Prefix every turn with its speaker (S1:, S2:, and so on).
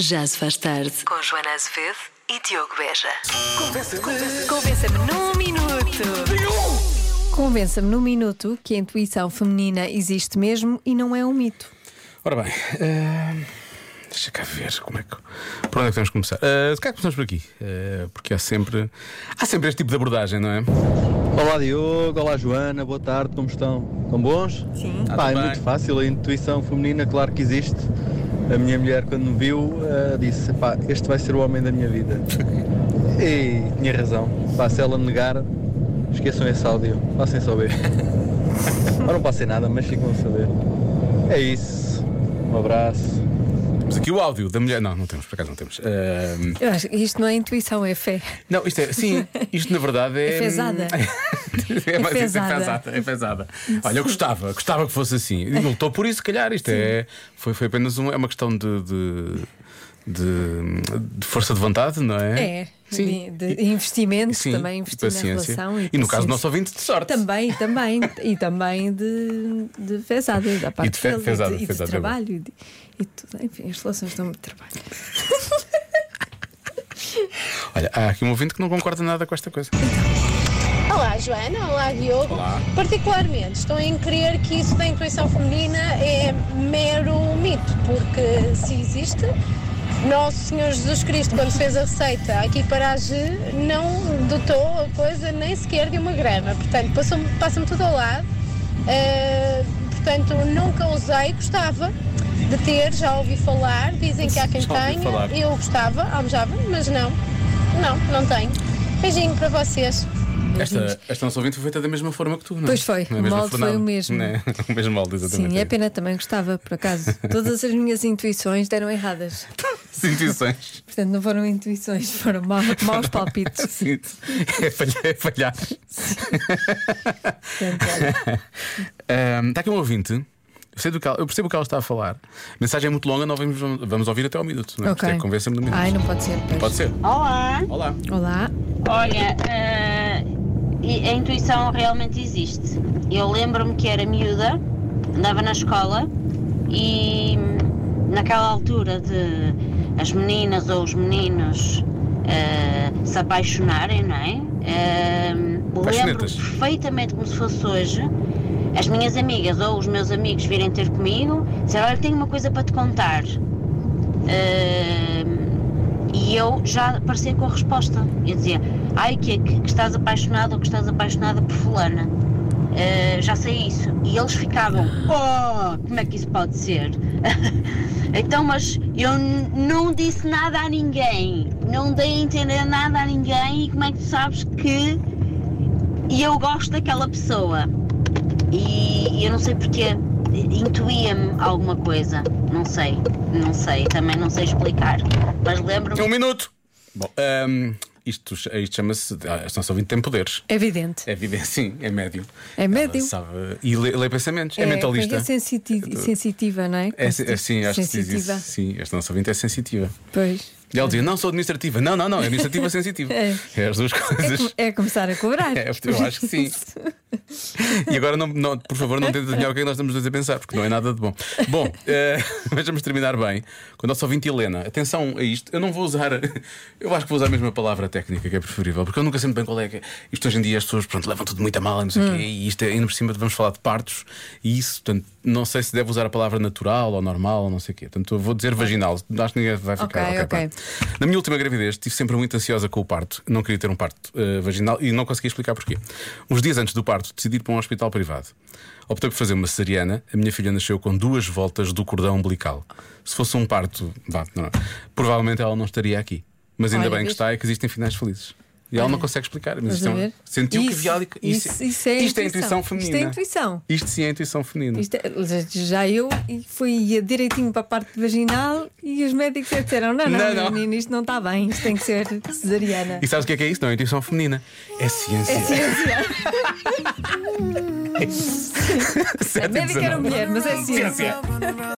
S1: Já se faz tarde.
S2: Com Joana Azevedo e Diogo Beja.
S1: Convença-me num minuto.
S3: Convença-me num minuto que a intuição feminina existe mesmo e não é um mito.
S4: Ora bem, eh, deixa cá ver como é que. Por onde é que vamos começar? Eh, se calhar começamos por aqui, eh, porque há sempre. Há sempre este tipo de abordagem, não é?
S5: Olá Diogo, olá Joana, boa tarde, como estão? Estão bons?
S3: Sim.
S5: Pá, é
S4: Tá tudo bem.
S5: muito fácil, a intuição feminina, claro que existe. A minha mulher, quando me viu, ah, disse: pá, este vai ser o homem da minha vida. E tinha razão. Pá, se ela negar, esqueçam esse áudio, passem só ver. Ou não passem nada, mas ficam a saber. É isso, um abraço.
S4: Temos aqui o áudio da mulher. Não, não temos, por acaso não temos. Eh,
S3: Eu acho que isto não é intuição, é fé.
S4: não, isto é. Sim, isto na verdade é.
S3: É fezada.
S4: é, mais- é
S3: fezada.
S4: pesada, é pesada. Olha, eu gostava, gostava que fosse assim. E não estou por isso, se calhar. Isto é, foi, foi apenas um, é uma questão de, de, de- de força de vontade, não é?
S3: É. De, de investimento
S4: Sim,
S3: também,
S4: e
S3: investir na
S4: paciência.
S3: relação.
S4: E, no caso do
S3: paciência.
S4: nosso ouvinte, de sorte.
S3: Também, também. e também de, de fezada, da parte
S4: de fe-
S3: dele,
S4: fezada,
S3: e de, e de
S4: fezada, é bom.
S3: trabalho. E, de, e tudo. Enfim, as relações dão muito trabalho.
S4: Olha, há aqui um ouvinte que não concorda nada com esta coisa.
S6: Olá Joana, olá Diogo. Particularmente estou em crer que isso da intuição feminina é mero mito, porque se existe, Nosso Senhor Jesus Cristo, quando fez a receita aqui para a G, não dotou a coisa nem sequer de uma grama. Portanto, passou-me- passa-me tudo ao lado. Ah, portanto, nunca usei, gostava de ter, já ouvi falar, dizem que há quem
S4: Já ouvi
S6: tenha.
S4: falar.
S6: Eu gostava, almejava, mas não, não, não tenho. Beijinho para vocês.
S4: Esta, esta nossa ouvinte foi feita da mesma forma que tu, não é?
S3: Pois foi,
S4: Na
S3: o
S4: mesma
S3: molde
S4: forma,
S3: foi o mesmo.
S4: não é? O mesmo molde, exatamente.
S3: Sim, é pena também, gostava, por acaso. Todas as minhas intuições deram erradas.
S4: Intuições.
S3: Portanto, não foram intuições, foram ma- maus palpites.
S4: Sim, é falhar. É falhar.
S3: Portanto, olha,
S4: Ahm, Está aqui um ouvinte. Eu, sei do que ela- eu percebo o que ela está a falar. A mensagem é muito longa, nós vamos, vamos ouvir até ao minuto. Não é?
S3: Ok.
S4: Isto é Convença-me no minuto.
S3: Ai, não pode ser. pois.
S4: Pode ser.
S7: Olá!
S4: Olá.
S3: Olá.
S7: Olha, ah, e a intuição realmente existe. Eu lembro-me que era miúda, andava na escola e hum, naquela altura de as meninas ou os meninos ah, se apaixonarem, não é? Ah, lembro
S4: Apaixonetas.
S7: perfeitamente como se fosse hoje. As minhas amigas ou os meus amigos virem ter comigo, dizer, olha, tenho uma coisa para te contar. Eh, Ahm, e eu já aparecia com a resposta. Eu dizia, ai, que, que, que estás apaixonado ou que estás apaixonada por fulana. Ah, já sei isso. E eles ficavam, oh, como é que isso pode ser? então, mas eu n- não disse nada a ninguém, não dei a entender nada a ninguém e como é que tu sabes que eu gosto daquela pessoa? e eu não sei porque intuía-me alguma coisa, não sei, não sei, também não sei explicar, mas lembro-me
S4: Um minuto. Bom, ahm, isto, isto chama-se. ah, Esta nossa ouvinte tem poderes.
S3: É evidente.
S4: É evidente, sim, é médium.
S3: É médium.
S4: Ela sabe- e lê, lê pensamentos. É, mentalista.
S3: É sensiti- sensitiva, não é?
S4: É, se- é, sim, acho que se diz
S3: sensitiva.
S4: isso. Sim, esta nossa ouvinte é sensitiva.
S3: Pois.
S4: E ela dizia: Não, sou administrativa. Não, não, não, é administrativa sensitiva.
S3: É.
S4: É as duas
S3: É,
S4: coisas.
S3: com- é começar a cobrar.
S4: É, eu acho que sim. E agora, não, não- por favor, não tente adivinhar o que é que nós estamos dois a pensar, porque não é nada de bom. Bom, eh, mas vamos terminar bem com a nossa ouvinte Helena. Atenção a isto. Eu não vou usar. Eu acho que vou usar a mesma palavra técnica que é preferível, porque eu nunca sei muito bem qual é que. Isto hoje em dia as pessoas pronto, levam tudo muito a mal, e não sei o
S3: Hum.
S4: quê, e isto é, ainda por cima vamos falar de partos e isso. Portanto, não sei se deve usar a palavra natural ou normal ou não sei o quê. Portanto, eu vou dizer vaginal. Acho que ninguém vai ficar.
S3: Ok, ok.
S4: pá. Na minha última gravidez, estive sempre muito ansiosa com o parto. Não queria ter um parto eh, vaginal e não conseguia explicar porquê. Uns dias antes do parto, decidi ir para um hospital privado. Optei por fazer uma cesariana. A minha filha nasceu com duas voltas do cordão umbilical. Se fosse um parto, vá, não, provavelmente ela não estaria aqui. Mas ainda
S3: Olha,
S4: bem que
S3: vês?
S4: está e que existem finais felizes. E ela não consegue explicar, mas
S3: Estás
S4: isto é
S3: a
S4: um-
S3: ver?
S4: sentiu que
S3: Isso,
S4: havia ali-
S3: isso- isso é
S4: isto é
S3: intuição.
S4: intuição feminina.
S3: Isto é intuição.
S4: Isto sim é intuição feminina.
S3: Isto é- já- já eu e fui direitinho para a parte vaginal e os médicos é que disseram: não, não,
S4: Não, não.
S3: menino, isto não está bem, isto tem que ser cesariana.
S4: E sabes o que é que é isso? Não é intuição feminina. É ciência.
S3: É ciência.
S4: Sete e
S3: A médica era
S4: 19.
S3: mulher, mas é ciência.
S4: Ciência.